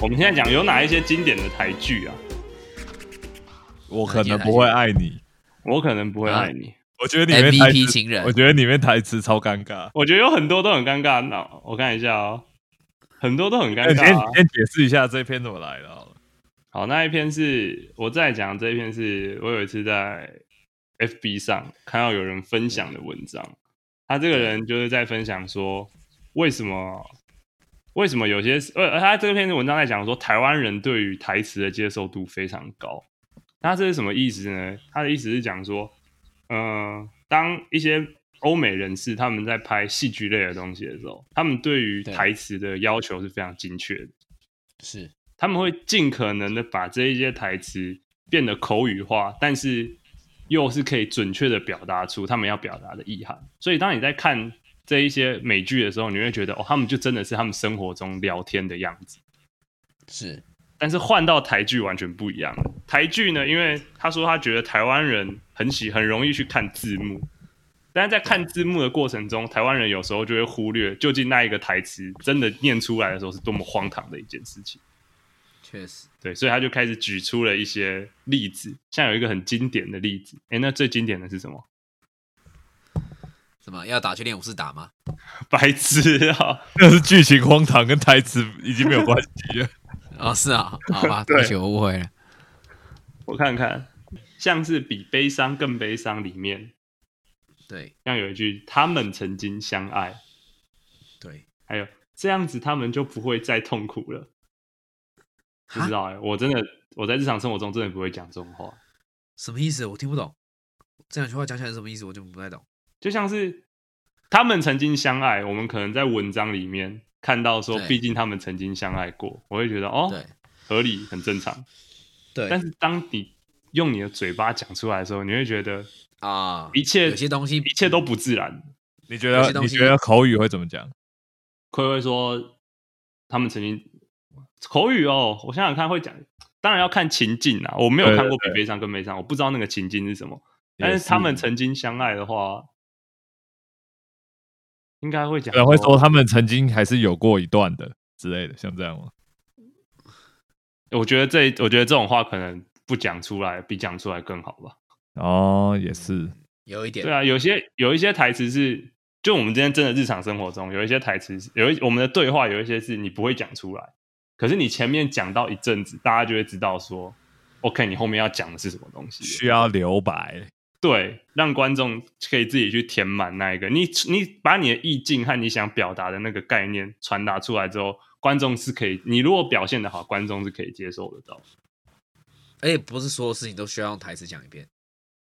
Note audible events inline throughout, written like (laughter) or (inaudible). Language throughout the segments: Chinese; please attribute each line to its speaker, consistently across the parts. Speaker 1: 我们现在讲有哪一些经典的台剧啊？
Speaker 2: 我可能不会爱你，
Speaker 1: 我可能不会爱你。
Speaker 2: 我觉得里面台
Speaker 3: MVP
Speaker 2: 词，
Speaker 3: 情人
Speaker 2: 我，觉得里面台词超尴尬。
Speaker 1: 我觉得有很多都很尴尬。那我看一下哦，很多都很
Speaker 2: 那
Speaker 1: 尴
Speaker 2: 哎你先
Speaker 1: 尬、
Speaker 2: 你
Speaker 1: 啊。
Speaker 2: 先解释一下这篇怎么来的好了。 (laughs)
Speaker 1: 好，那一篇是我在讲这一篇是我有一次在 FB 上看到有人分享的文章，他这个人就是在分享说为什么为什么有些呃他这篇文章在讲说台湾人对于台词的接受度非常高，那这是什么意思呢？他的意思是讲说，呃，当一些欧美人士他们在拍戏剧类的东西的时候，他们对于
Speaker 3: 对
Speaker 1: 台词的要求是非常精确的。
Speaker 3: 是
Speaker 1: 他们会尽可能的把这一些台词变得口语化，但是又是可以准确的表达出他们要表达的意涵。所以当你在看这一些美剧的时候，你会觉得哦，他们就真的是他们生活中聊天的样子。
Speaker 3: 是，
Speaker 1: 但是换到台剧完全不一样了。台剧呢，因为他说他觉得台湾人很喜很容易去看字幕，但是在看字幕的过程中，台湾人有时候就会忽略究竟那一个台词真的念出来的时候是多么荒唐的一件事情。
Speaker 3: 确实
Speaker 1: 对，所以他就开始举出了一些例子，像有一个很经典的例子，哎，那最经典的是什么？ (laughs)
Speaker 3: 什么要打去练武士打吗？
Speaker 1: 白痴啊、
Speaker 2: 那是剧情荒唐，跟台词已经没有关
Speaker 1: (laughs)
Speaker 2: 系了。
Speaker 3: 哦，是啊，好吧，
Speaker 1: 对
Speaker 3: 对不起，我误会了。
Speaker 1: 我看看，像是比悲伤更悲伤里面，
Speaker 3: 对
Speaker 1: 像有一句“他们曾经相爱
Speaker 3: 对，”，
Speaker 1: 还有这样子他们就不会再痛苦了。不
Speaker 3: 哈
Speaker 1: 知道哎、我真的我在日常生活中真的不会讲这种话，
Speaker 3: 什么意思？我听不懂。这两句话讲起来是什么意思？我就不太懂。
Speaker 1: 就像是他们曾经相爱，我们可能在文章里面看到说，
Speaker 3: 对
Speaker 1: 毕竟他们曾经相爱过，我会觉得哦，
Speaker 3: 对
Speaker 1: 合理很正常。但
Speaker 3: 对
Speaker 1: 是当你用你的嘴巴讲出来的时候，你会觉得
Speaker 3: 啊，
Speaker 1: 一切
Speaker 3: 有些东西嗯
Speaker 1: 一切都不自然。
Speaker 2: 你觉
Speaker 3: 有
Speaker 2: 得
Speaker 3: 些东
Speaker 2: 你
Speaker 3: 西
Speaker 2: 觉得口语会怎么讲？
Speaker 1: 亏会说他们曾经口语哦，我想想看会讲，当然要看情境啊。我没有
Speaker 2: 对
Speaker 1: 看过
Speaker 2: 对
Speaker 1: 比悲伤更悲伤，我不知道那个情境是什么。
Speaker 2: 也
Speaker 1: 但是他们曾经相爱的话，应该会讲
Speaker 2: 可能会说他们曾经还是有过一段的之类的，像这样吗？
Speaker 1: 我觉得这我觉得这种话可能不讲出来比讲出来更好吧。
Speaker 2: 哦，也是，
Speaker 3: 有一点
Speaker 1: 对啊，有些有一些台词是，就我们今天真的日常生活中有一些台词是，有一我们的对话有一些是你不会讲出来，可是你前面讲到一阵子，大家就会知道说，OK，你后面要讲的是什么东西。
Speaker 2: 需要留白。
Speaker 1: 对，让观众可以自己去填满那一个，你你把你的意境和你想表达的那个概念传达出来之后，观众是可以，你如果表现的好，观众是可以接受得到。
Speaker 3: 而且不是所有事情都需要用台词讲一遍。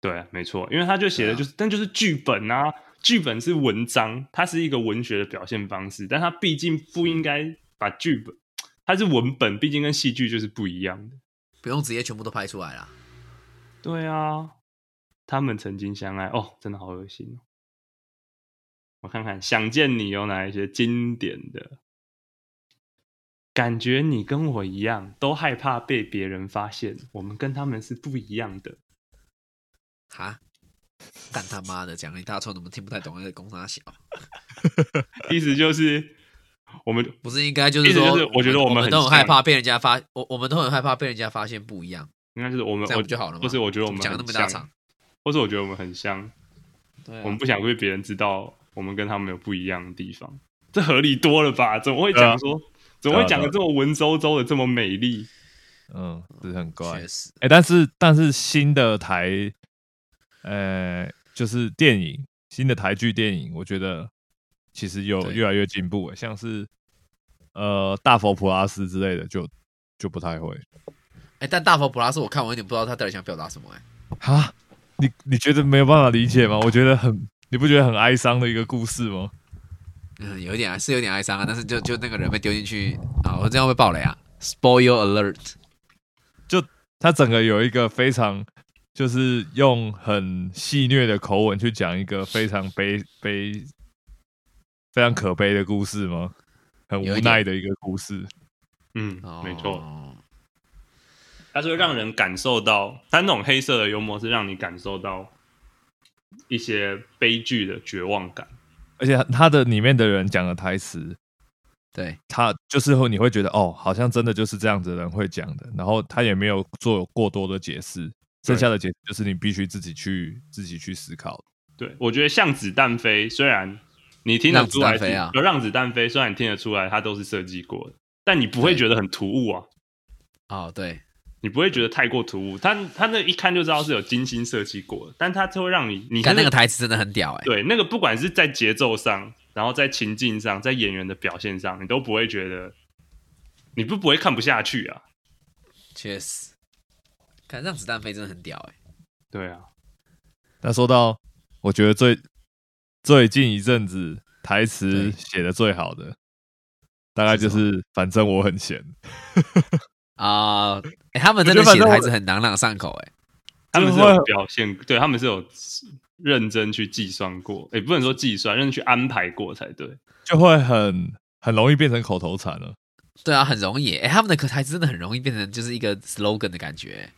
Speaker 1: 对，没错，因为他就写的就是，但就是剧本啊，剧本是文章，它是一个文学的表现方式，但它毕竟不应该把剧本，它是文本，毕竟跟戏剧就是不一样的。
Speaker 3: 不用直接全部都拍出来啦。
Speaker 1: 对啊，他们曾经相爱，哦，真的好恶心哦。我看看，想见你有哪一些经典的？感觉你跟我一样，都害怕被别人发现，我们跟他们是不一样的。
Speaker 3: 哈，干他妈的，讲了一大串，怎么听不太懂？在攻他小，
Speaker 1: 意思就是，我们
Speaker 3: 不是应该就是
Speaker 1: 意思
Speaker 3: 说，
Speaker 1: 就是我觉得
Speaker 3: 我
Speaker 1: 我们很
Speaker 3: 都很害
Speaker 1: 像
Speaker 3: 怕被人家发，我我们都很害怕被人家发现不一样，
Speaker 1: 应该是我们
Speaker 3: 这
Speaker 1: 我
Speaker 3: 样不就好了吗？
Speaker 1: 不是，我觉得我们
Speaker 3: 讲
Speaker 1: 很
Speaker 3: 那么大
Speaker 1: 像
Speaker 3: 场，，
Speaker 1: 或是我觉得我们很像，
Speaker 3: 对啊
Speaker 1: 我们不想被别人知道我们跟他们有不一样的地方，这合理多了吧？怎么会讲说，怎么会讲的这么文绉绉的这么美丽？
Speaker 2: 嗯，是很怪。
Speaker 3: 啊确实，
Speaker 2: 哎、但是但是新的台，呃，就是电影，新的台剧电影，我觉得其实有
Speaker 3: 对
Speaker 2: 越来越进步，像是呃大佛普拉斯之类的，就就不太会
Speaker 3: 哎，但大佛普拉斯我看完有点不知道他到底想表达什么，哎，
Speaker 2: 哈，你你觉得没有办法理解吗？我觉得很，你不觉得很哀伤的一个故事吗？
Speaker 3: 嗯，有一点是有点哀伤啊，但是就就那个人被丢进去啊，我这样会被爆雷啊，spoil alert，
Speaker 2: 它整个有一个非常，就是用很戏谑的口吻去讲一个非常悲悲、非常可悲的故事吗？很
Speaker 3: 有
Speaker 2: 无
Speaker 3: 一点
Speaker 2: 奈的一个故事。
Speaker 1: 嗯，
Speaker 3: 哦
Speaker 1: 没错，，它是会让人感受到，它那种黑色的幽默是让你感受到一些悲剧的绝望感。
Speaker 2: 而且它的里面的人讲的台词
Speaker 3: 对，
Speaker 2: 他就是会你会觉得哦，好像真的就是这样子的人会讲的，然后他也没有做过多的解释，剩下的解释就是你必须自己去自己去思考。
Speaker 1: 对，我觉得像子弹飞，虽然你听得出来
Speaker 3: 让子弹飞啊
Speaker 1: 有让子弹飞，虽然你听得出来它都是设计过的，但你不会
Speaker 3: 对
Speaker 1: 觉得很突兀啊，
Speaker 3: 哦，对，
Speaker 1: 你不会觉得太过突兀。它它那一看就知道是有精心设计过的，但它就会让你你
Speaker 3: 看那
Speaker 1: 真的
Speaker 3: 个台词真的很屌哎、
Speaker 1: 对那个不管是在节奏上，然后在情境上，在演员的表现上，你都不会觉得你不不会看不下去啊。
Speaker 3: 确实，看让子弹飞真的很屌哎、
Speaker 1: 对啊，
Speaker 2: 那说到，我觉得最最近一阵子台词
Speaker 3: 对
Speaker 2: 写的最好的，大概就是是反正我很闲，
Speaker 3: 啊、哎他们
Speaker 2: 觉得
Speaker 3: 真的
Speaker 2: 反
Speaker 3: 写的
Speaker 2: 正
Speaker 3: 还
Speaker 2: 我
Speaker 3: 是很朗朗上口哎、
Speaker 1: 他们是
Speaker 2: 就是
Speaker 1: 有
Speaker 2: 会
Speaker 1: 表现，对他们是有认真去计算过，也不能说计算，认真去安排过才对。
Speaker 2: 就会很很容易变成口头禅了。
Speaker 3: 对啊，很容易哎、哎他们的台词真的很容易变成就是一个 slogan 的感觉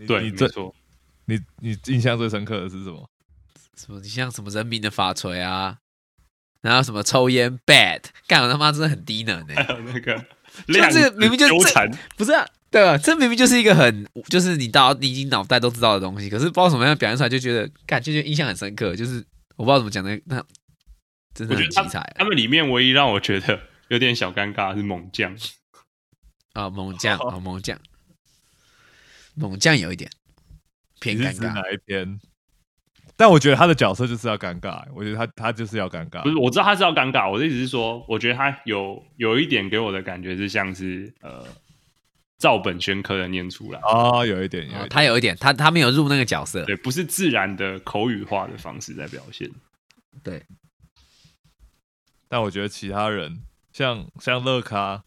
Speaker 3: 欸、
Speaker 1: 对，
Speaker 2: 你
Speaker 1: 没
Speaker 2: 最
Speaker 1: 错， (laughs)
Speaker 2: 你你印象最深刻的是什么？
Speaker 3: 什么像什么人民的法锤啊，然后什么抽烟 bad，干我他妈真的很低能哎、
Speaker 1: 还有那个
Speaker 3: 这
Speaker 1: 量子
Speaker 3: 明明就是
Speaker 1: 纠
Speaker 3: 这
Speaker 1: 缠，
Speaker 3: 不是啊，对吧？这明明就是一个很，就是你到你已经脑袋都知道的东西，可是不知道怎么样表现出来，就觉得感就觉得印象很深刻，就是我不知道怎么讲的，那真的
Speaker 1: 我觉
Speaker 3: 很
Speaker 1: 得
Speaker 3: 精彩啊
Speaker 1: 他们里面唯一让我觉得有点小尴尬的是猛将，
Speaker 3: 啊！猛将啊，猛将，猛将有一点偏
Speaker 2: 你是
Speaker 3: 尴
Speaker 2: 指
Speaker 3: 尬，
Speaker 2: 哪一篇？但我觉得他的角色就是要尴尬，欸我觉得他他就是要尴尬
Speaker 1: 不。是我知道他是要尴尬，我的意思是说，我觉得他有有一点给我的感觉是像是呃照本宣科的念出来，
Speaker 2: 哦，有一点，有一
Speaker 3: 哦
Speaker 2: 点，
Speaker 3: 他有一点，他他没有入那个角色，
Speaker 1: 啊对，不是自然的口语化的方式在表现。
Speaker 2: 但我觉得其他人像像乐咖，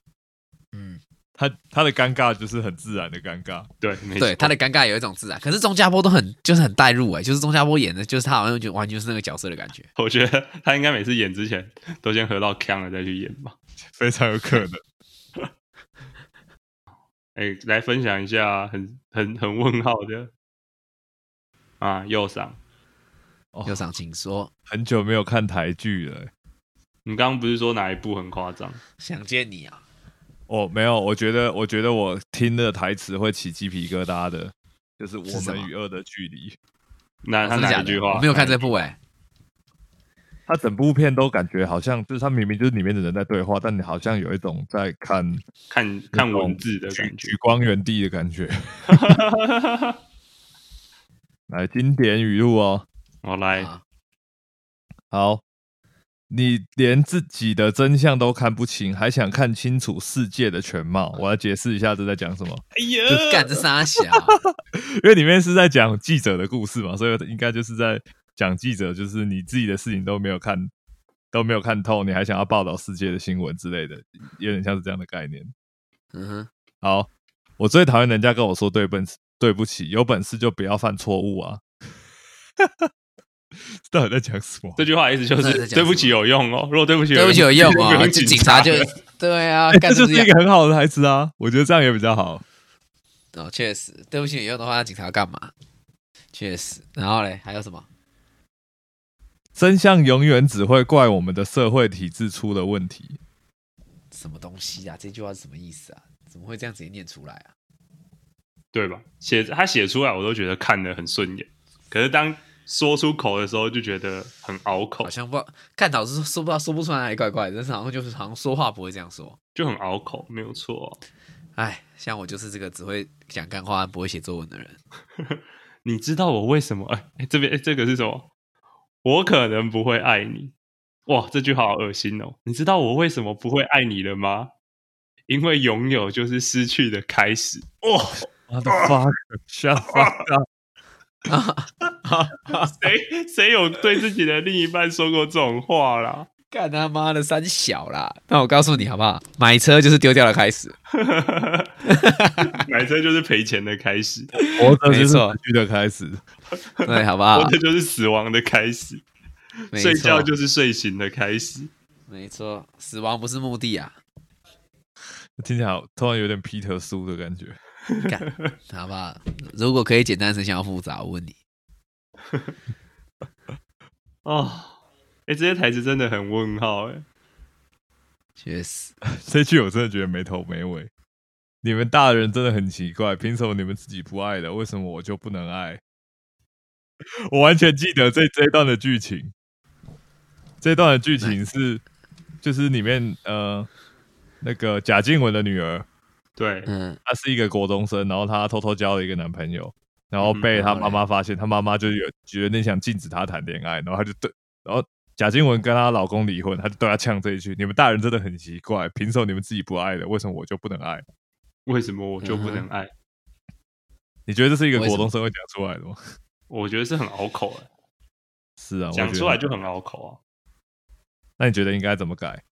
Speaker 3: 嗯，
Speaker 2: 他他的尴尬就是很自然的尴尬，
Speaker 1: 对，没
Speaker 3: 对，
Speaker 1: 错
Speaker 3: 他的尴尬有一种自然，可是钟家波都很就是很带入哎、就是钟家波演的，就是他好像就完全是那个角色的感觉，
Speaker 1: 我觉得他应该每次演之前都先喝到呛了再去演吧。
Speaker 2: 非常有可能。
Speaker 1: 哎、来分享一下很很很问号的啊，右上，
Speaker 2: 哦
Speaker 3: 右上请说，
Speaker 2: 很久没有看台剧了欸、
Speaker 1: 你刚刚不是说哪一部很夸张？
Speaker 3: 想见你啊，
Speaker 2: 哦，没有，我觉得，我觉得我听的台词会起鸡皮疙瘩的，就是
Speaker 3: 是
Speaker 2: 我
Speaker 3: 什么
Speaker 2: 们与恶的距离。
Speaker 1: 那他
Speaker 3: 哦真的
Speaker 1: 哪
Speaker 3: 假
Speaker 1: 一
Speaker 3: 的
Speaker 1: 句话？
Speaker 3: 我没有看
Speaker 1: 哪一
Speaker 3: 这部哎、
Speaker 2: 他整部片都感觉好像，就是他明明就是里面的人在对话，但你好像有一种在看
Speaker 1: 看
Speaker 2: 那
Speaker 1: 看
Speaker 2: 种
Speaker 1: 文字的感觉
Speaker 3: (laughs)
Speaker 2: 举。光原地的
Speaker 1: (laughs)
Speaker 2: 感觉。来，经典语录哦，
Speaker 1: 我来，
Speaker 3: 啊
Speaker 2: 好，你连自己的真相都看不清，还想看清楚世界的全貌？我来解释一下这在讲什么，
Speaker 1: 哎呀，
Speaker 3: 干这傻小，啊
Speaker 2: 因为里面是在讲记者的故事嘛，所以应该就是在讲记者，就是你自己的事情都没有看，都没有看透，你还想要报道世界的新闻之类的，有点像是这样的概念。
Speaker 3: 嗯哼，
Speaker 2: 好，我最讨厌人家跟我说对本对不起，有本事就不要犯错误啊！ (laughs) 到底在讲什么？
Speaker 1: 这句话的意思就
Speaker 3: 那在
Speaker 1: 是
Speaker 3: 讲
Speaker 1: 对不起
Speaker 3: 什
Speaker 1: 有用哦，如果对不起
Speaker 3: 对不起有用
Speaker 1: 就不
Speaker 3: 啊，
Speaker 1: 用
Speaker 3: 就警
Speaker 1: 警
Speaker 3: 察
Speaker 1: 察
Speaker 3: 就
Speaker 1: 了
Speaker 3: 对啊，
Speaker 2: 欸
Speaker 3: 干
Speaker 2: 这 (laughs) 就
Speaker 3: 这
Speaker 2: 是
Speaker 3: 不是
Speaker 2: 一
Speaker 3: 一样
Speaker 2: 个很好的台词啊，我觉得这样也比较好。
Speaker 3: 哦，确实，对不起有用的话，警察要干嘛？确实，然后嘞还有什么？
Speaker 2: 真相永远只会怪我们的社会体制出了问题。
Speaker 3: 什么东西啊？这句话是什么意思啊？怎么会这样直接念出来啊？
Speaker 1: 对吧？写他写出来，我都觉得看得很顺眼，可是当说出口的时候，就觉得很拗口
Speaker 3: 好，像不知道，看导师说不知道说不出来哪里怪怪的，但是好像就是好像说话不会这样说。
Speaker 1: 就很拗口，没有错哦、
Speaker 3: 哎，像我就是这个只会讲干话不会写作文的人。
Speaker 1: 你知道我为什么？哎、哎这边、哎这个是什么？我可能不会爱你。哇，这句话好恶心哦！你知道我为什么不会爱你了吗？因为拥有就是失去的开始。哇、
Speaker 2: What the fuck？Shut fuck up！
Speaker 1: 谁谁有对自己的另一半说过这种话啦？
Speaker 3: 干他妈的三小啦！那我告诉你好不好？买车就是丢掉的开始。
Speaker 1: (laughs) 买车就是赔钱的开始，
Speaker 2: 活着就是
Speaker 3: (laughs) 没错
Speaker 2: 死去的开始。
Speaker 3: 对，好不
Speaker 1: 活
Speaker 3: 好？
Speaker 1: 着就是死亡的开始，
Speaker 3: 啊没
Speaker 1: 睡觉
Speaker 3: 错
Speaker 1: 就是睡醒的开始。
Speaker 3: 没错，死亡不是目的啊，
Speaker 2: 听起来好突然有点皮特苏的感觉。 (laughs)
Speaker 3: (laughs) 干，好不好？如果可以简单，谁想要复杂？我问你，
Speaker 1: 哦，哎、这些台词真的很问号哎、
Speaker 3: 确实，
Speaker 2: 这句我真的觉得没头没尾。你们大人真的很奇怪，凭什么你们自己不爱了，为什么我就不能爱？我完全记得这这一段的剧情，这一段的剧情是就是里面呃那个贾静雯的女儿，
Speaker 1: 对，
Speaker 3: 嗯，
Speaker 2: 她是一个国中生，然后她偷偷交了一个男朋友，然后被
Speaker 3: 嗯
Speaker 2: 她
Speaker 3: 然后
Speaker 2: 妈妈发现，她妈妈就有决定想禁止她谈恋爱，然后她就对，然后贾静雯跟她老公离婚，她就对她呛这一句：“你们大人真的很奇怪，凭什么你们自己不爱了，为什么我就不能爱
Speaker 1: 为什么我就不能爱？？”
Speaker 3: 嗯
Speaker 2: 你觉得这是一个
Speaker 3: 为什
Speaker 2: 国
Speaker 3: 么
Speaker 2: 中生会讲出来的吗？ (laughs)
Speaker 1: 我觉得是很拗口的，
Speaker 2: 是啊，我
Speaker 1: 讲
Speaker 2: 觉
Speaker 1: 出
Speaker 2: 得
Speaker 1: 来就很拗口啊。
Speaker 2: 那你觉得应该怎么改？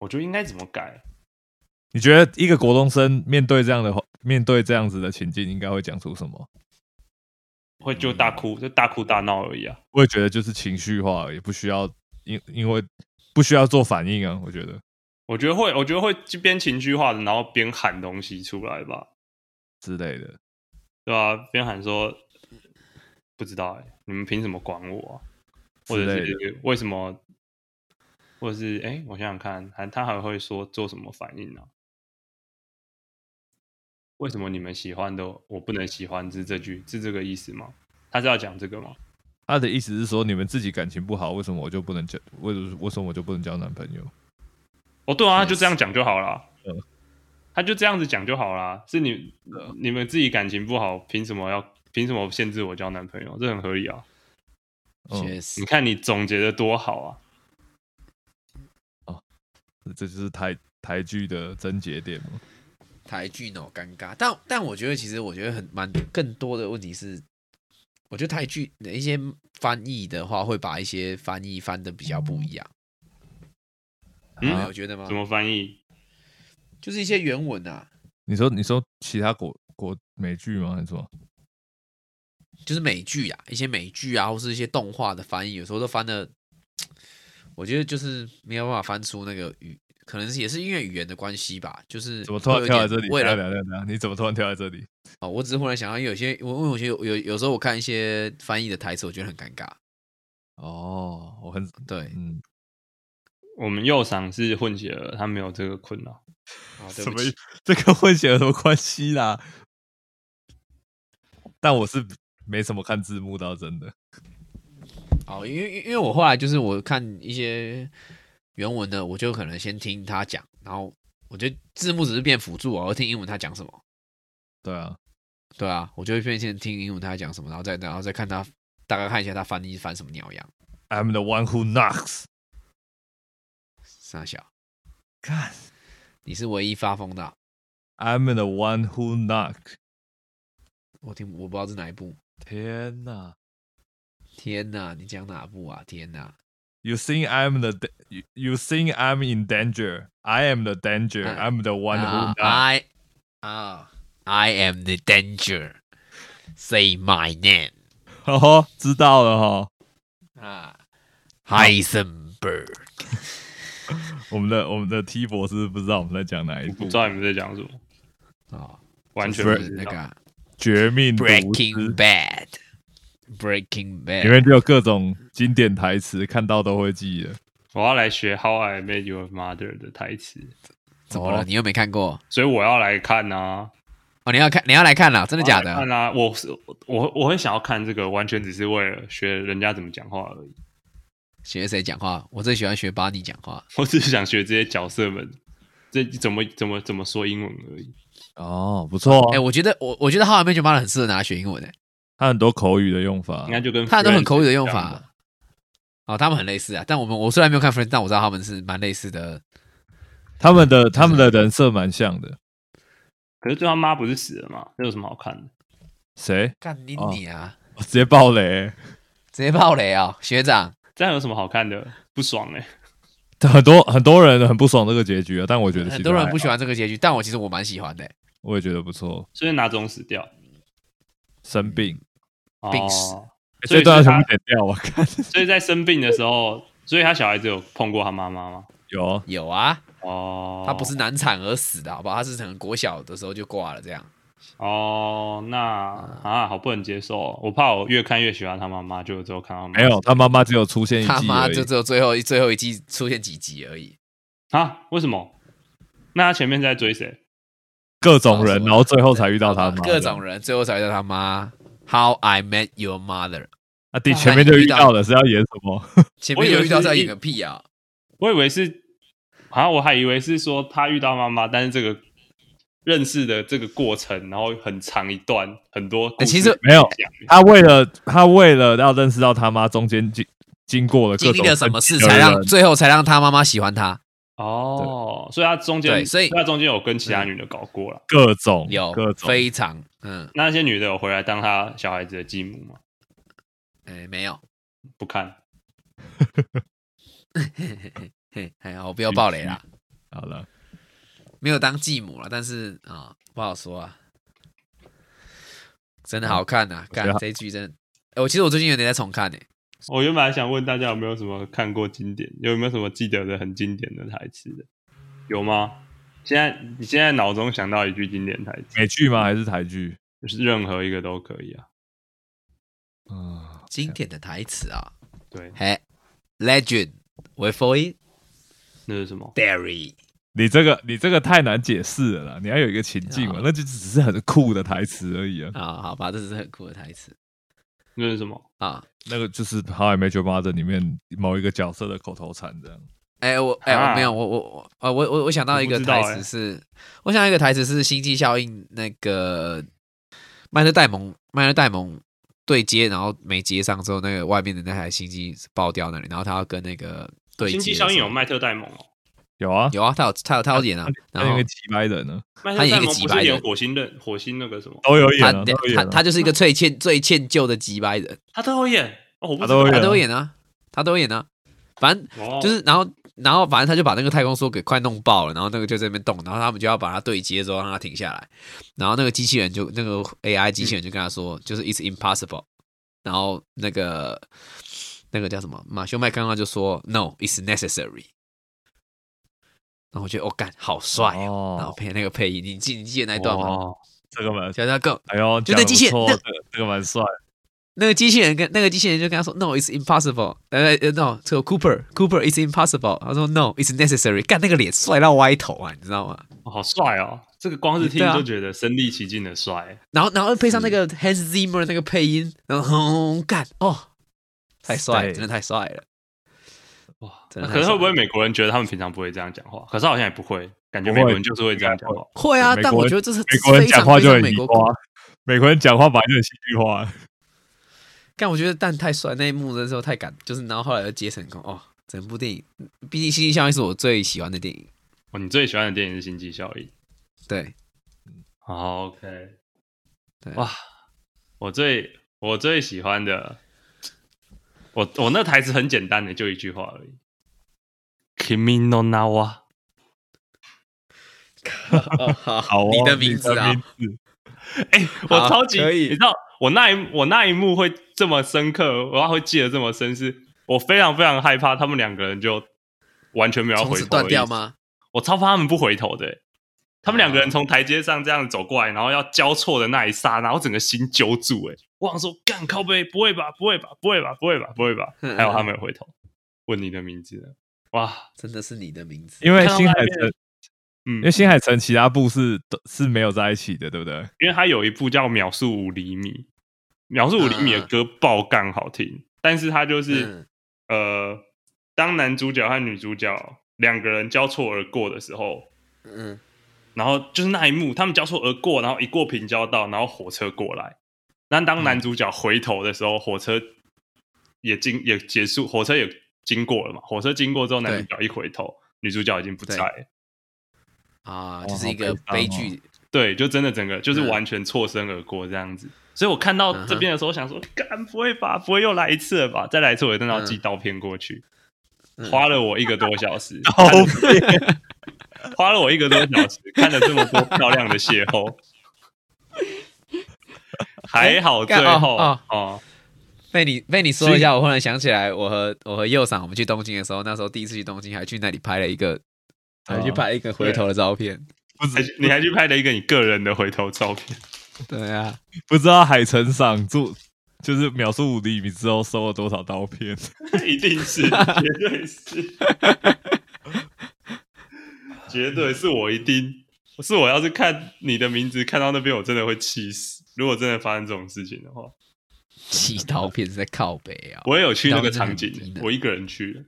Speaker 1: 我觉得应该怎么改？
Speaker 2: 你觉得一个国中生面对这样的面对这样子的情境，应该会讲出什么？
Speaker 1: 会就大哭，
Speaker 3: 嗯
Speaker 1: 就大哭大闹而已啊。
Speaker 2: 我也觉得就是情绪化而已，不需要因因为不需要做反应啊。我觉得
Speaker 1: 我觉得会，我觉得会边情绪化的，然后边喊东西出来吧，
Speaker 2: 之类的，
Speaker 1: 对吧、边喊说不知道哎、你们凭什么管我、啊？或者
Speaker 2: 之类
Speaker 1: 是为什么？或者是哎、我想想看，还他还会说做什么反应呢、为什么你们喜欢的我不能喜欢？是这句是这个意思吗？他是要讲这个吗？
Speaker 2: 他的意思是说，你们自己感情不好，为什么我就不能交？为什么为什么我就不能交男朋友？
Speaker 1: 哦，对啊，他
Speaker 3: 是
Speaker 1: 就这样讲就好啦。
Speaker 2: 嗯
Speaker 1: 他就这样子讲就好啦。是你
Speaker 2: 啊
Speaker 1: 你们自己感情不好，凭什么要凭什么限制我交男朋友？这很合理啊！
Speaker 2: 嗯，
Speaker 3: 确实
Speaker 1: 你，看你总结的多好啊！
Speaker 2: 这就是台台剧的症结点嘛。
Speaker 3: 台剧脑尴尬，但但我觉得其实我觉得很蛮更多的问题是，我觉得台剧的一些翻译的话，会把一些翻译翻的比较不一样，你
Speaker 1: 嗯
Speaker 3: 没有觉得吗
Speaker 2: 啊
Speaker 1: 怎？么翻译？
Speaker 3: 就是一些原文啊，
Speaker 2: 你说你说其他国国美剧吗？还是什么？
Speaker 3: 就是美剧啊，一些美剧啊，或是一些动画的翻译，有时候都翻的，我觉得就是没有办法翻出那个语，可能是也是因为语言的关系吧，就是
Speaker 2: 怎么突然
Speaker 3: 会有
Speaker 2: 跳来这
Speaker 3: 点
Speaker 2: 里？
Speaker 3: 为了
Speaker 2: 等一下等一下等一下你怎么突然跳来这里？
Speaker 3: 哦，我只是忽然想到，因为有些我因为我觉得有有有时候我看一些翻译的台词，我觉得很尴尬。
Speaker 2: 哦，我很
Speaker 3: 对，
Speaker 2: 嗯，
Speaker 1: 我们右赏是混血儿，他没有这个困扰。
Speaker 3: 哦，
Speaker 2: 什
Speaker 3: 对不
Speaker 2: 么
Speaker 3: 起，
Speaker 2: 这跟混血有什么关系啦？但我是没什么看字幕到真的。
Speaker 3: 哦，因为因为因为我后来就是我看一些原文的，我就可能先听他讲，然后我觉得字幕只是变辅助啊，我听英文他讲什么。
Speaker 2: 对啊，
Speaker 3: 对啊，我就会变先听英文他讲什么，然后再然后再看他大概看一下他翻译翻什么鸟样。
Speaker 2: I'm the one who knocks。
Speaker 3: 傻小，
Speaker 2: 看
Speaker 3: 你是唯一发疯的啊、
Speaker 2: ，I'm the one who knock。
Speaker 3: 我听我不知道是哪一部。
Speaker 2: 天哪
Speaker 3: 天哪，你讲哪部啊？天哪，
Speaker 2: ！You think I'm the da- you, you think I'm in danger? I am the danger.
Speaker 1: Mm.
Speaker 3: 哎
Speaker 2: I'm the one who
Speaker 1: Ah.
Speaker 3: 啊
Speaker 2: knock.
Speaker 3: I 啊、i am the danger. Say my name
Speaker 2: (laughs) 哦，知道了哈。
Speaker 3: 啊，Heisenberg。
Speaker 2: 我们的我们的 T 博士不知道我们在讲哪一
Speaker 1: 我不
Speaker 2: 部
Speaker 1: 知道你们在讲什么，
Speaker 3: 啊，
Speaker 1: 完全
Speaker 3: 就
Speaker 1: 不
Speaker 3: 是
Speaker 1: 知
Speaker 3: 那
Speaker 1: 道
Speaker 3: 个。啊
Speaker 2: 《绝命毒师》
Speaker 3: Breaking Bad。Breaking
Speaker 2: 里
Speaker 3: Bad，
Speaker 2: 面就有各种经典台词，看到都会记的。
Speaker 1: 我要来学《How I Met Your Mother》的台词，
Speaker 3: 怎么了？你又没看过？
Speaker 1: 所以我要来看啊！
Speaker 3: 哦，你要看，你要来看了，真的假
Speaker 1: 我
Speaker 3: 的
Speaker 1: 要？来看啊！我是我我很想要看这个，完全只是为了学人家怎么讲话而已。
Speaker 3: 学谁讲话？我最喜欢学巴尼讲话。
Speaker 1: 我只是想学这些角色们这怎么怎么怎么说英文而已。
Speaker 2: 哦，不错
Speaker 3: 哎、
Speaker 2: 哦，
Speaker 3: 我觉得我我觉得《哈尔妹酒吧》很适合拿来学英文诶、
Speaker 2: 它很多口语的用法
Speaker 1: 应。该就跟
Speaker 3: 啊他们都很
Speaker 1: Friends
Speaker 3: 口语的
Speaker 1: 一
Speaker 3: 用
Speaker 1: 样吧。
Speaker 3: 法。哦，他们很类似啊，但我们我虽然没有看《Friends》，但我知道他们是蛮类似的。
Speaker 2: 他们的他们的人设蛮像的。
Speaker 1: 可是对他妈不是死了吗？这有什么好看的？
Speaker 2: 谁？
Speaker 3: 干你
Speaker 2: 哦
Speaker 3: 你啊，
Speaker 2: 我直接爆雷、
Speaker 3: 直接爆雷啊、学长！
Speaker 1: 这样有什么好看的？不爽哎、
Speaker 2: 很多很多人很不爽这个结局啊，但我觉得其实
Speaker 3: 很多人不喜
Speaker 2: 还好，
Speaker 3: 欢这个结局，但我其实我蛮喜欢的、
Speaker 2: 我也觉得不错。
Speaker 1: 所以哪种死掉？
Speaker 2: 生病，
Speaker 3: 病死
Speaker 1: 哦，
Speaker 2: 欸
Speaker 1: 嗯所以
Speaker 2: 这段要
Speaker 1: 是
Speaker 2: 全
Speaker 1: 他
Speaker 2: 部剪掉吧。看
Speaker 1: 所以在生病的时候，所以他小孩子有碰过他妈妈吗？
Speaker 2: 有啊
Speaker 3: 有啊，
Speaker 1: 哦，
Speaker 3: 他不是难产而死的，好不好？他是可能国小的时候就挂了这样。
Speaker 1: 哦，那
Speaker 3: 嗯
Speaker 1: 啊，好不能接受哦、我怕我越看越喜欢他妈妈，就之后看到
Speaker 2: 没有，他妈妈只有出现一
Speaker 3: 他
Speaker 2: 季
Speaker 3: 妈
Speaker 2: 而
Speaker 3: 就
Speaker 2: 已。
Speaker 3: 只有最后一最后一季出现几集而已，
Speaker 1: 啊？为什么？那他前面在追谁？
Speaker 2: 各种人，
Speaker 3: 哦
Speaker 2: 然后最后才遇到他妈。
Speaker 3: 各种人，最后才遇到他妈。How I Met Your Mother，
Speaker 2: 啊，第前面就遇到了，是要演什么？
Speaker 3: 前
Speaker 1: 我以
Speaker 3: 面
Speaker 1: 为
Speaker 3: 有遇到
Speaker 1: 是
Speaker 3: 在
Speaker 1: 一
Speaker 3: 演个屁啊！
Speaker 1: 我以为是啊，我还以为是说他遇到妈妈，但是这个认识的这个过程，然后很长一段，很多故事
Speaker 3: 欸其实
Speaker 2: 没有
Speaker 1: 可以讲
Speaker 2: 他为了他为了要认识到他妈，中间经经过了各
Speaker 3: 经
Speaker 2: 种
Speaker 3: 历了什么事
Speaker 2: 分歧的
Speaker 3: 才让
Speaker 2: 人
Speaker 3: 最后才让他妈妈喜欢他？
Speaker 1: 哦，所以他中间，
Speaker 3: 对所以嗯
Speaker 1: 他中间有跟其他女的搞过了。
Speaker 2: 各种
Speaker 3: 有
Speaker 2: 各种
Speaker 3: 非常嗯
Speaker 1: 那那些女的有回来当他小孩子的继母吗？
Speaker 3: 哎没有，
Speaker 1: 不看，
Speaker 3: 嘿嘿嘿嘿，还好我不要爆雷啦，
Speaker 2: 好了，
Speaker 3: 没有当继母了，但是啊不好说啊，真的好看
Speaker 2: 嗯
Speaker 3: 呐，
Speaker 2: 觉
Speaker 3: 干
Speaker 2: 得好
Speaker 3: 这一剧真的，哎我其实我最近有点在重看呢，
Speaker 1: 我原本还想问大家有没有什么看过经典，有没有什么记得的很经典的台词的，有吗？现在你现在脑中想到一句经典台词，
Speaker 2: 美剧吗？还是台剧？
Speaker 1: 就是任何一个都可以啊。
Speaker 2: 啊，
Speaker 3: 经典的台词啊，
Speaker 1: 对，
Speaker 3: 嘿，Legend wait for it
Speaker 1: 那是什么？
Speaker 3: Derry，
Speaker 2: 你这个你这个太难解释了啦，你要有一个情境嘛
Speaker 3: 啊，
Speaker 2: 那就只是很酷的台词而已啊。
Speaker 3: 啊好吧，这是很酷的台词
Speaker 1: 那是什么？
Speaker 3: 啊，
Speaker 2: 那个就是《How I Met Your Mother》里面某一个角色的口头禅这样。
Speaker 3: 哎、我哎、我
Speaker 1: 啊
Speaker 3: 没有我我我呃我我我想到一
Speaker 1: 我
Speaker 3: 个
Speaker 1: 不知道
Speaker 3: 台词是，我想到一个台词是《星际效应》那个麦特戴蒙麦特戴蒙对接，然后没接上之后，那个外面的那台星际爆掉那里，然后他要跟那个对
Speaker 1: 星
Speaker 3: 接的时候。
Speaker 1: 际效应有麦特戴蒙哦，
Speaker 2: 有啊，
Speaker 3: 有啊，他有他有他有演啊，然
Speaker 2: 那
Speaker 3: 后
Speaker 2: 个几百人呢，
Speaker 1: 麦
Speaker 3: 他
Speaker 1: 特
Speaker 3: 演
Speaker 1: 戴
Speaker 3: 一个
Speaker 1: 蒙
Speaker 3: 几
Speaker 1: 不
Speaker 3: 百
Speaker 1: 是演
Speaker 3: 人
Speaker 1: 火星的火星那个什么，
Speaker 2: 都有
Speaker 3: 他
Speaker 2: 演啊，都有
Speaker 3: 他
Speaker 2: 演
Speaker 3: 他
Speaker 2: 啊。
Speaker 3: 就是一个最欠最欠旧的几百人，
Speaker 1: 他都有演哦，我不
Speaker 2: 他
Speaker 1: 知道
Speaker 2: 都有
Speaker 3: 他
Speaker 2: 演啊
Speaker 3: 都有演啊，他都有演啊，反正
Speaker 1: 哦
Speaker 3: 就是然后然后反正他就把那个太空梭给快弄爆了，然后那个就在那边动，然后他们就要把它对接之后让它停下来，然后那个机器人就那个 AI 机器人就跟他说，就是 it's impossible，然后那个那个叫什么马修麦康纳就说 no it's necessary，然后我觉得哦干好帅哦，然后
Speaker 2: 哦，
Speaker 3: 配那个配音，你记你记得那一段啊吗？
Speaker 1: 哦
Speaker 2: 这个蛮，
Speaker 3: 叫他更
Speaker 2: 哎呦，
Speaker 3: 就
Speaker 2: 讲
Speaker 3: 那
Speaker 2: 得
Speaker 3: 机器人
Speaker 2: 不错
Speaker 3: 那
Speaker 2: 这个这个蛮帅。
Speaker 3: 那个机器人跟那个机器人就跟他说，No, it's impossible。呃呃，No，这个 Cooper Cooper is impossible。他说，No, it's necessary。干那个脸帅到歪头啊，你知道吗？
Speaker 1: 哦好帅哦！这个光是听
Speaker 3: 对啊
Speaker 1: 就觉得身临其境的帅。
Speaker 3: 然后然后配上那个 Hans Zimmer 那个配音，然后轰干哦，太帅了，
Speaker 2: 对
Speaker 3: 真的太帅了。
Speaker 1: 哇，
Speaker 3: 真
Speaker 1: 那
Speaker 3: 的
Speaker 1: 可是
Speaker 3: 太帅
Speaker 1: 会不会美国人觉得他们平常不会这样讲话？可是好像也不会，感觉
Speaker 2: 不
Speaker 1: 美
Speaker 2: 会
Speaker 1: 国人就是会这样讲话。
Speaker 3: 会啊，
Speaker 2: 美国人
Speaker 3: 但我觉得这是
Speaker 2: 美国人
Speaker 3: 非常
Speaker 2: 讲话就
Speaker 3: 非
Speaker 2: 很
Speaker 3: 常美
Speaker 2: 移
Speaker 3: 国
Speaker 2: 花，美国人讲话本来就很戏剧化。
Speaker 3: 干，我觉得但太帅那一幕的时候太感，就是然后后来又接成功哦，整部电影，毕竟《星际效应》是我最喜欢的电影。
Speaker 1: 哦，你最喜欢的电影是《星际效应》
Speaker 3: 对，
Speaker 1: 好？OK，哦
Speaker 3: 对
Speaker 1: 哇，我最我最喜欢的，我我那台词很简单的，就一句话而已。Kimi no nawa，
Speaker 3: 哦好
Speaker 2: (laughs) 好、哦，
Speaker 3: (laughs) 你的名字啊，
Speaker 2: 你的名字
Speaker 1: (laughs) 哎、
Speaker 3: 好
Speaker 1: 我超级，
Speaker 3: 可以
Speaker 1: 你知道我那一我那一幕会这么深刻，我要会记得这么深，是我非常非常害怕他们两个人就完全没有要
Speaker 3: 从
Speaker 1: 回
Speaker 3: 此
Speaker 1: 头
Speaker 3: 断掉
Speaker 1: 的意思？
Speaker 3: 吗？
Speaker 1: 我超怕他们不回头的、欸他们两个人从台阶上这样走过来，然后要交错的那一刹那，我整个心揪住、欸，哎，我想说干靠背，不会吧，不会吧，不会吧，不会吧，不会吧，还有他没有回头，问你的名字了，哇，
Speaker 3: 真的是你的名字。
Speaker 2: 因为
Speaker 1: 看到
Speaker 2: 新海
Speaker 1: 外面
Speaker 2: 诚，
Speaker 1: 嗯
Speaker 2: 因为，新海诚其他部是都是没有在一起的，对不对？
Speaker 1: 因为他有一部叫《秒速五厘米》，《秒速五厘米》的歌爆干好听，但是他
Speaker 3: 嗯
Speaker 1: 就是、呃，当男主角和女主角两个人交错而过的时候，
Speaker 3: 嗯，
Speaker 1: 然后就是那一幕，他们交错而过，然后一过平交道，然后火车过来。那当男主角回头的时候，火车也经也结束，火车也经过了嘛。火车经过之后，男主角一回头，女主角已经不在
Speaker 3: 对
Speaker 1: 了。
Speaker 3: 啊，
Speaker 2: 哇
Speaker 3: 就是一
Speaker 2: 好
Speaker 3: 个
Speaker 2: 悲伤
Speaker 3: 悲
Speaker 2: 哦
Speaker 3: 剧。
Speaker 1: 对，就真的整个就是
Speaker 3: 嗯
Speaker 1: 完全错身而过这样子。所以我看到
Speaker 3: 嗯哼
Speaker 1: 这边的时候，我想说，干不会吧，不会又来一次了吧？再来一次，我一定要寄刀片过去。
Speaker 3: 嗯
Speaker 1: 花了我一个多小时，
Speaker 2: 哦，
Speaker 1: 花了我一个多小时， (laughs) 看了这么多漂亮的邂逅，还好最
Speaker 3: 哎干
Speaker 1: 后
Speaker 3: 哦
Speaker 1: 哦，
Speaker 3: 被你被你说一下，我忽然想起来，我和我和右赏我们去东京的时候，那时候第一次去东京，还去那里拍了一个，呃还去拍了一个回头的照片。
Speaker 2: 不止
Speaker 1: 还去你还去拍了一个你个人的回头照片，
Speaker 3: (laughs)
Speaker 1: (laughs)
Speaker 3: 对啊，
Speaker 2: 不知道海城赏住就是秒速五厘米之后收了多少刀片。 (laughs)
Speaker 1: 一定是，绝对
Speaker 3: (laughs)
Speaker 1: 是，绝对是我一定，是我要是看你的名字看到那边，我真的会气死。如果真的发生这种事情的话，
Speaker 3: 气刀片是在靠北啊、
Speaker 1: 我也有去那个场
Speaker 3: 哦那我真的很
Speaker 1: 景
Speaker 3: 低，呢
Speaker 1: 我一个人去的。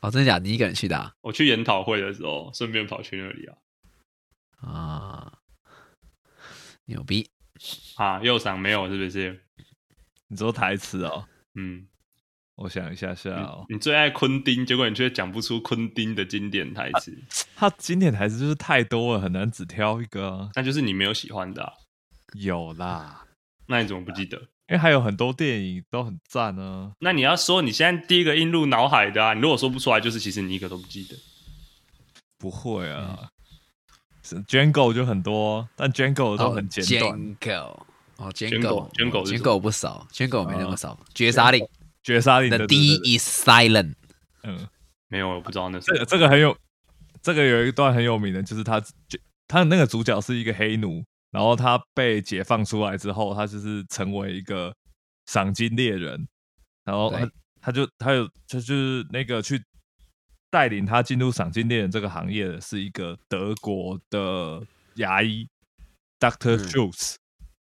Speaker 3: 哦！真的假的？你一个人去的啊？
Speaker 1: 我去研讨会的时候，顺便跑去那里啊
Speaker 3: 啊牛逼！
Speaker 1: 啊，右赏没有是不是？
Speaker 2: 你说台词哦，
Speaker 1: 嗯，
Speaker 2: 我想一下下
Speaker 3: 嗯
Speaker 2: 哦，
Speaker 1: 你最爱昆汀，结果你却讲不出昆汀的经典台词，
Speaker 2: 他经典台词就是太多了，很难只挑一个啊。
Speaker 1: 那就是你没有喜欢的啊、
Speaker 2: 有
Speaker 3: 啊
Speaker 2: 啦，
Speaker 1: 那你怎么不记得？
Speaker 2: 因为还有很多电影都很赞啊。
Speaker 1: 那你要说你现在第一个映入脑海的啊，你如果说不出来，就是其实你一个都不记得。
Speaker 2: 不会啊，是 Django 就很多，但
Speaker 3: 哦
Speaker 2: Django 都很简短。
Speaker 3: 狗哦，卷狗
Speaker 1: Django，Django 是
Speaker 3: 卷
Speaker 1: 什
Speaker 3: 狗不少，卷狗没那么少。绝杀令
Speaker 2: 绝杀令
Speaker 3: ，The
Speaker 2: 的
Speaker 3: D is silent。
Speaker 2: 嗯，
Speaker 1: 没有，我不知道那是
Speaker 2: 啊这个这个很有，这个有一段很有名的，就是他就他那个主角是一个黑奴，然后他被解放出来之后，他就是成为一个赏金猎人，然后他
Speaker 3: 对
Speaker 2: 他就他有他就是那个去带领他进入赏金猎人这个行业的是一个德国的牙医 Doctor
Speaker 3: 嗯
Speaker 2: Jules，、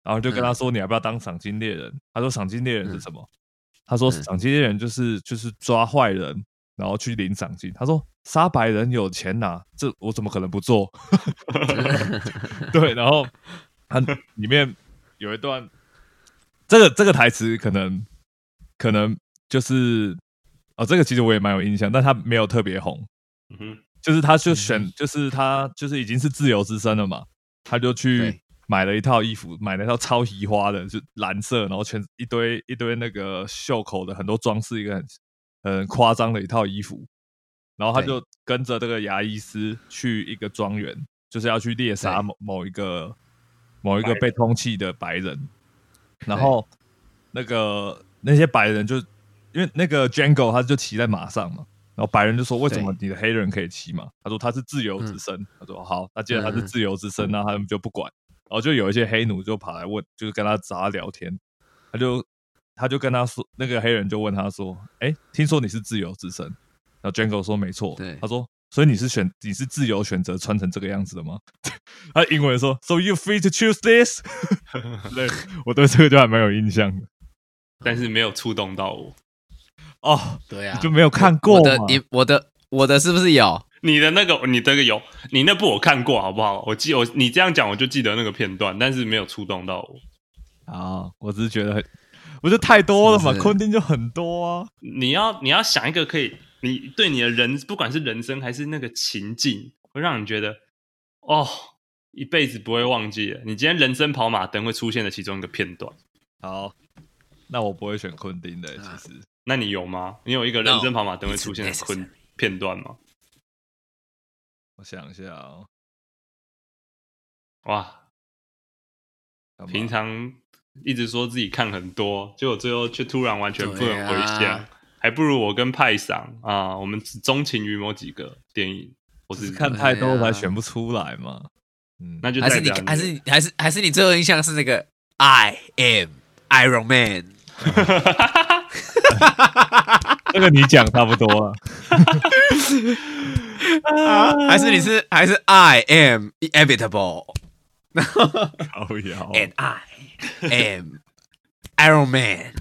Speaker 2: 然后就跟他说你要不要当赏金猎人？他说赏金猎人是什么？他说
Speaker 3: 嗯
Speaker 2: 赏金猎人就是就是抓坏人，然后去领赏金。他说杀白人有钱拿、这我怎么可能不做？ (laughs) 对，然后他里面有一段，这个这个台词可能可能就是哦，这个其实我也蛮有印象，但他没有特别红，
Speaker 1: 嗯哼，
Speaker 2: 就是他就选，就是他就是已经是自由之身了嘛，他就去
Speaker 3: 对
Speaker 2: 买了一套衣服，买了一套超移花的，就蓝色，然后全一堆一堆那个袖口的很多装饰，一个很很夸张的一套衣服，然后他
Speaker 3: 对
Speaker 2: 就跟着这个牙医师去一个庄园，就是要去猎杀
Speaker 3: 对
Speaker 2: 某某一个某一
Speaker 1: 白
Speaker 2: 个
Speaker 1: 人
Speaker 2: 被通缉的白人，然后那个那些白人就因为那个 Django 他就骑在马上嘛，然后白人就说为什么你的黑人可以骑马？他说他是自由之身，他说好，那既然他是
Speaker 3: 嗯嗯嗯
Speaker 2: 自由之身，那他们就不管。然后就有一些黑奴就跑来问，就是跟他找他聊天，他就他就跟他说，那个黑人就问他说，哎、听说你是自由之身？然后 Django 说没错
Speaker 3: 对，
Speaker 2: 他说。所以你是选你是自由选择穿成这个样子的吗？ (laughs) 他英文说，So you free to choose this (laughs) 对，我对这个就还蛮有印象的
Speaker 1: 但是没有触动到我。
Speaker 2: 哦，
Speaker 3: 对啊，
Speaker 2: 就没有看过
Speaker 3: 我的
Speaker 2: 嘛
Speaker 3: 你我的我的是不是有？
Speaker 1: 你的那个，你这个有，你那部我看过，好不好？我记我你这样讲，我就记得那个片段，但是没有触动到我。
Speaker 2: 啊，我只是觉得很，我觉得太多了嘛，
Speaker 3: 是不是
Speaker 2: 昆汀就很多啊，
Speaker 1: 你要你要想一个可以，你对你的人，不管是人生还是那个情境，会让你觉得哦，一辈子不会忘记的。你今天人生跑马灯会出现的其中一个片段，
Speaker 2: 好，那我不会选昆汀的，
Speaker 3: 啊
Speaker 2: 其实
Speaker 1: 那你有吗？你有一个人
Speaker 3: No,
Speaker 1: 生跑马灯会出现的
Speaker 3: (laughs) it's
Speaker 1: 昆
Speaker 3: necessary.
Speaker 1: 片段吗？
Speaker 2: 我想一下哦，
Speaker 1: 哇，
Speaker 2: 干嘛
Speaker 1: 平常一直说自己看很多，结果最后却突然完全不
Speaker 3: 对
Speaker 1: 能回
Speaker 3: 啊
Speaker 1: 想，还不如我跟派赏啊，我们只钟情于某几个电影，我
Speaker 2: 只
Speaker 1: 是
Speaker 2: 是看太多才选不出来
Speaker 3: (laughs)
Speaker 2: 嘛，嗯，
Speaker 1: 那就
Speaker 3: 还
Speaker 1: 代
Speaker 3: 是你
Speaker 1: 表
Speaker 3: 还
Speaker 1: (laughs)
Speaker 3: 是你还是还是你最后印象是那个 I am Iron Man？
Speaker 2: 这个你讲差不多
Speaker 3: 啊
Speaker 2: (laughs) 了，
Speaker 1: 啊
Speaker 3: (laughs) 还是你是还是 I am inevitable
Speaker 2: 靠腰
Speaker 3: and I am Iron
Speaker 1: (laughs)
Speaker 3: Man，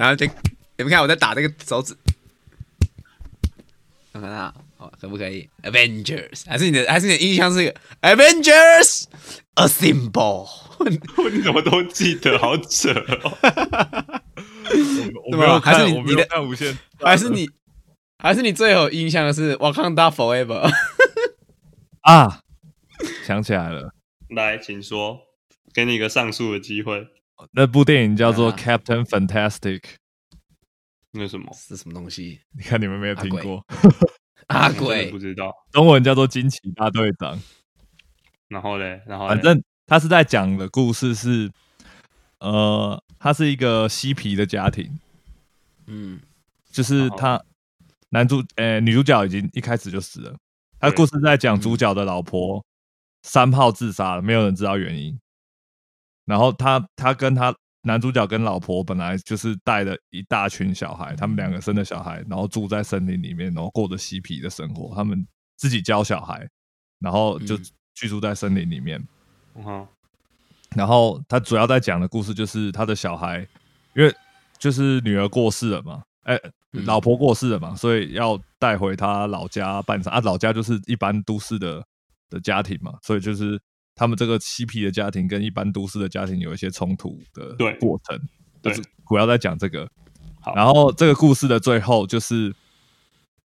Speaker 3: 然后就你们看我在打这个手指，看看啊，哦，可不可以？Avengers 还是你的还是你的印象是一个 Avengers a symbol？ (laughs)
Speaker 1: 你怎么都记得，好扯、哦！
Speaker 2: 我没
Speaker 3: 对吧
Speaker 2: 有
Speaker 3: 还是
Speaker 2: 看，
Speaker 3: 你
Speaker 2: 我没
Speaker 3: 你的
Speaker 2: 有看无限，
Speaker 3: 还是你还是你最有印象的是 Wakanda Forever？
Speaker 2: 啊，想起来了，
Speaker 1: 来，请说，给你一个上诉的机会。
Speaker 2: 那部电影叫做
Speaker 3: 啊
Speaker 2: 《Captain Fantastic》，
Speaker 1: 那什么？
Speaker 3: 是什么东西？
Speaker 2: 你看你们没有听
Speaker 3: 啊阿鬼
Speaker 2: 过，
Speaker 3: 阿
Speaker 1: 我真的
Speaker 3: 鬼
Speaker 1: 不知道。
Speaker 2: 中文叫做《惊奇大队长》。
Speaker 1: 然后嘞，然后嘞
Speaker 2: 反正他是在讲的故事是，呃，他是一个嬉皮的家庭，
Speaker 3: 嗯，
Speaker 2: 就是他男主呃、女主角已经一开始就死了，他故事在讲主角的老婆三炮自杀了，没有人知道原因。然后他他跟他男主角跟老婆本来就是带了一大群小孩，他们两个生的小孩，然后住在森林里面，然后过着嬉皮的生活，他们自己教小孩，然后就
Speaker 3: 嗯
Speaker 2: 居住在森林里面。
Speaker 1: 嗯哼，
Speaker 2: 然后他主要在讲的故事就是他的小孩，因为就是女儿过世了嘛，哎、
Speaker 3: 嗯
Speaker 2: 老婆过世了嘛，所以要带回他老家办丧啊。老家就是一般都市的的家庭嘛，所以就是他们这个嬉皮的家庭跟一般都市的家庭有一些冲突的
Speaker 1: 对
Speaker 2: 过程。
Speaker 1: 对
Speaker 2: 就是主要在讲这个
Speaker 1: 好。
Speaker 2: 然后这个故事的最后就是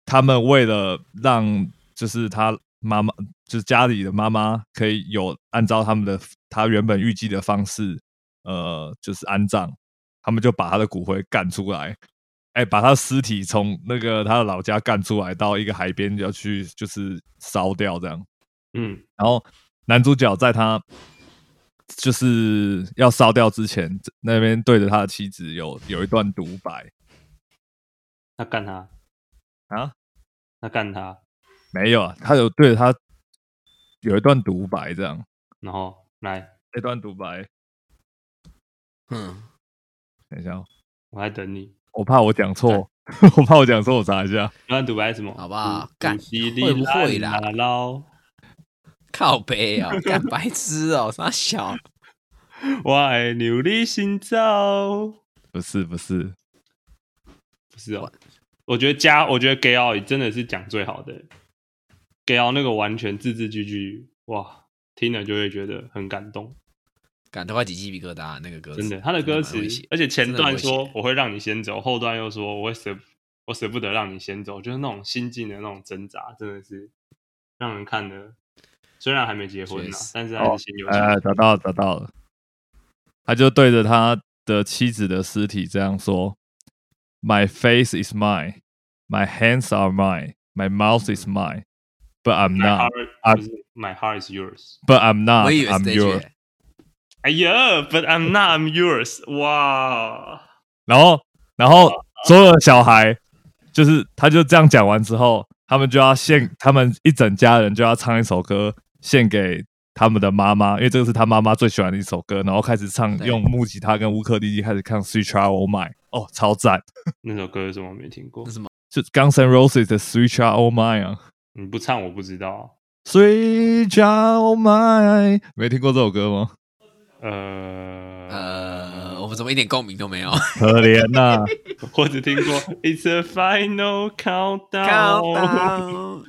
Speaker 2: 他们为了让就是他妈妈，就是家里的妈妈可以有按照他们的他原本预计的方式，呃，就是安葬，他们就把他的骨灰干出来，哎，把他的尸体从那个他的老家干出来，到一个海边要去就是烧掉这样。
Speaker 1: 嗯
Speaker 2: 然后男主角在他就是要烧掉之前，那边对着他的妻子有有一段独白
Speaker 1: 他干他，
Speaker 2: 啊，
Speaker 1: 他干他，
Speaker 2: 没有啊，他有对着他有一段独白这样，
Speaker 1: 然后来，
Speaker 2: 那段独白，
Speaker 3: 嗯，
Speaker 2: 等一下哦，
Speaker 1: 我在等你。
Speaker 2: 我怕我讲错， (laughs) 我怕我讲错，我查一下，
Speaker 1: 那独白是什么？
Speaker 3: 好不好
Speaker 1: 古
Speaker 3: 干
Speaker 1: 古稀
Speaker 3: 会不会
Speaker 1: 烂
Speaker 3: 啦
Speaker 1: 啊捞，
Speaker 3: 靠背哦， (laughs) 干白痴哦，傻小，
Speaker 1: 我的努力寻找。
Speaker 2: 不是不是，
Speaker 1: 不是哦，我觉得加，我觉得 gay out 真的是讲最好的，gay out 那个完全字字句句，哇，听了就会觉得很感动，
Speaker 3: 感都快起鸡皮疙瘩，那个歌词
Speaker 1: 真的。他的歌词
Speaker 3: 真蛮会写，
Speaker 1: 而且前段
Speaker 3: 真的
Speaker 1: 说
Speaker 3: 很会写
Speaker 1: 我会让你先走，后段又说我会舍我舍不得让你先走，就是那种心境的那种挣扎，真的是让人看的。虽然还没结婚
Speaker 3: 确
Speaker 1: 呢、
Speaker 3: 实
Speaker 1: 但是还是心有戚
Speaker 2: 哎、
Speaker 1: 戚
Speaker 2: 找到了找到了，他就对着他的妻子的尸体这样说：“My face is mine, my hands are mine, my mouth is mine, but I'm
Speaker 1: My
Speaker 2: not,
Speaker 1: heart,
Speaker 2: 啊
Speaker 1: 不是 my heart is yours.
Speaker 2: but I'm not,
Speaker 3: 我以为是
Speaker 2: 啊 I'm
Speaker 3: 这句
Speaker 2: yours。
Speaker 3: 欸，
Speaker 1: 哎呀，But I'm not, I'm yours. 哇，”
Speaker 2: 然后，然后所有的小孩就是，他就这样讲完之后，他们就要献，他们一整家人就要唱一首歌献给。他们的妈妈，因为这个是他妈妈最喜欢的一首歌，然后开始唱，
Speaker 3: 对
Speaker 2: 用木吉他跟乌克丽丽开始唱《Sweet Child O' Mine》，哦，超赞！
Speaker 1: 那首歌是什么我没听过
Speaker 3: 那？什么
Speaker 2: 就 Guns N' Roses 的 Sweet Child O' Mine 啊
Speaker 1: 你不唱我不知道啊。
Speaker 2: ，Sweet Child O' Mine，没听过这首歌吗？
Speaker 1: 呃，
Speaker 3: 呃，我们怎么一点共鸣都没
Speaker 1: (laughs)
Speaker 3: 有？
Speaker 2: 可怜呐、
Speaker 1: 我只听
Speaker 3: (laughs)
Speaker 1: 过 It's a final countdown。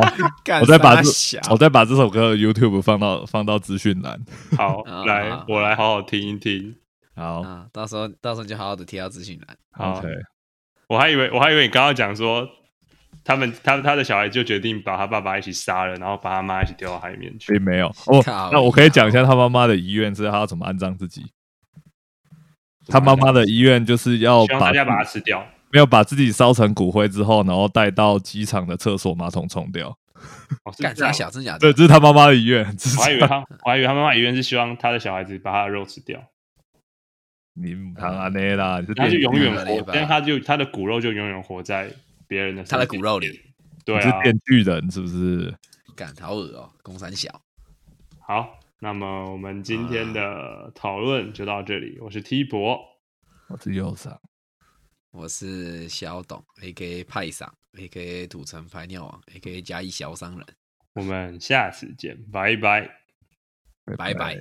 Speaker 2: (laughs) 好，
Speaker 3: 干
Speaker 2: 我再把这
Speaker 3: 傻小
Speaker 2: 我再把这首歌的 YouTube 放到放到资讯栏。
Speaker 1: (laughs) 好，
Speaker 3: 啊
Speaker 1: 来，我来好好听一听。
Speaker 2: 好
Speaker 3: 啊，到时候到时候你就好好的贴到资讯栏。
Speaker 1: 好
Speaker 2: ，OK，
Speaker 1: 我还以为我还以为你刚刚讲说，他们他他的小孩就决定把他爸爸一起杀了，然后把他妈一起丢到海里面去。
Speaker 2: 并没有哦
Speaker 3: 靠。
Speaker 2: 那我可以讲一下他妈妈的遗愿是他要怎么安葬自己。
Speaker 1: 怎么
Speaker 2: 他
Speaker 1: 安葬
Speaker 2: 妈妈的遗愿就是要
Speaker 3: 哦
Speaker 1: 希望
Speaker 2: 把
Speaker 1: 大家把它吃掉。
Speaker 2: 没有把自己烧成骨灰之后，然后带到机场的厕所马桶冲掉。
Speaker 1: 哦，是
Speaker 3: 干
Speaker 1: 这样
Speaker 3: 傻。小，真假的
Speaker 2: 对，？这是他妈妈的遗愿。这是
Speaker 1: 我还以为他，我还以为他妈妈遗愿是希望他的小孩子把他的肉吃
Speaker 3: (laughs)
Speaker 1: 掉，
Speaker 2: 啊你唔谈安内啦，你是
Speaker 1: 他就
Speaker 2: 电
Speaker 1: 永远
Speaker 3: 了也
Speaker 1: 活，
Speaker 3: 罢
Speaker 1: 但他就他的骨肉就永远活在别人的身
Speaker 3: 他的
Speaker 1: 体
Speaker 3: 骨肉里，
Speaker 1: 对
Speaker 2: 你是
Speaker 1: 啊，
Speaker 2: 电锯人是不是？
Speaker 3: 干好恶哦，公三小，
Speaker 1: 好，那么我们今天
Speaker 3: 啊
Speaker 1: 的讨论就到这里。我是 T 博，
Speaker 2: 我是右上。
Speaker 3: 我是小董，A K A 派上，A K A 土城排尿王，A K A 嘉义小商人。
Speaker 1: 我们下次见，拜拜。
Speaker 2: 拜
Speaker 3: 拜
Speaker 2: 拜
Speaker 3: 拜。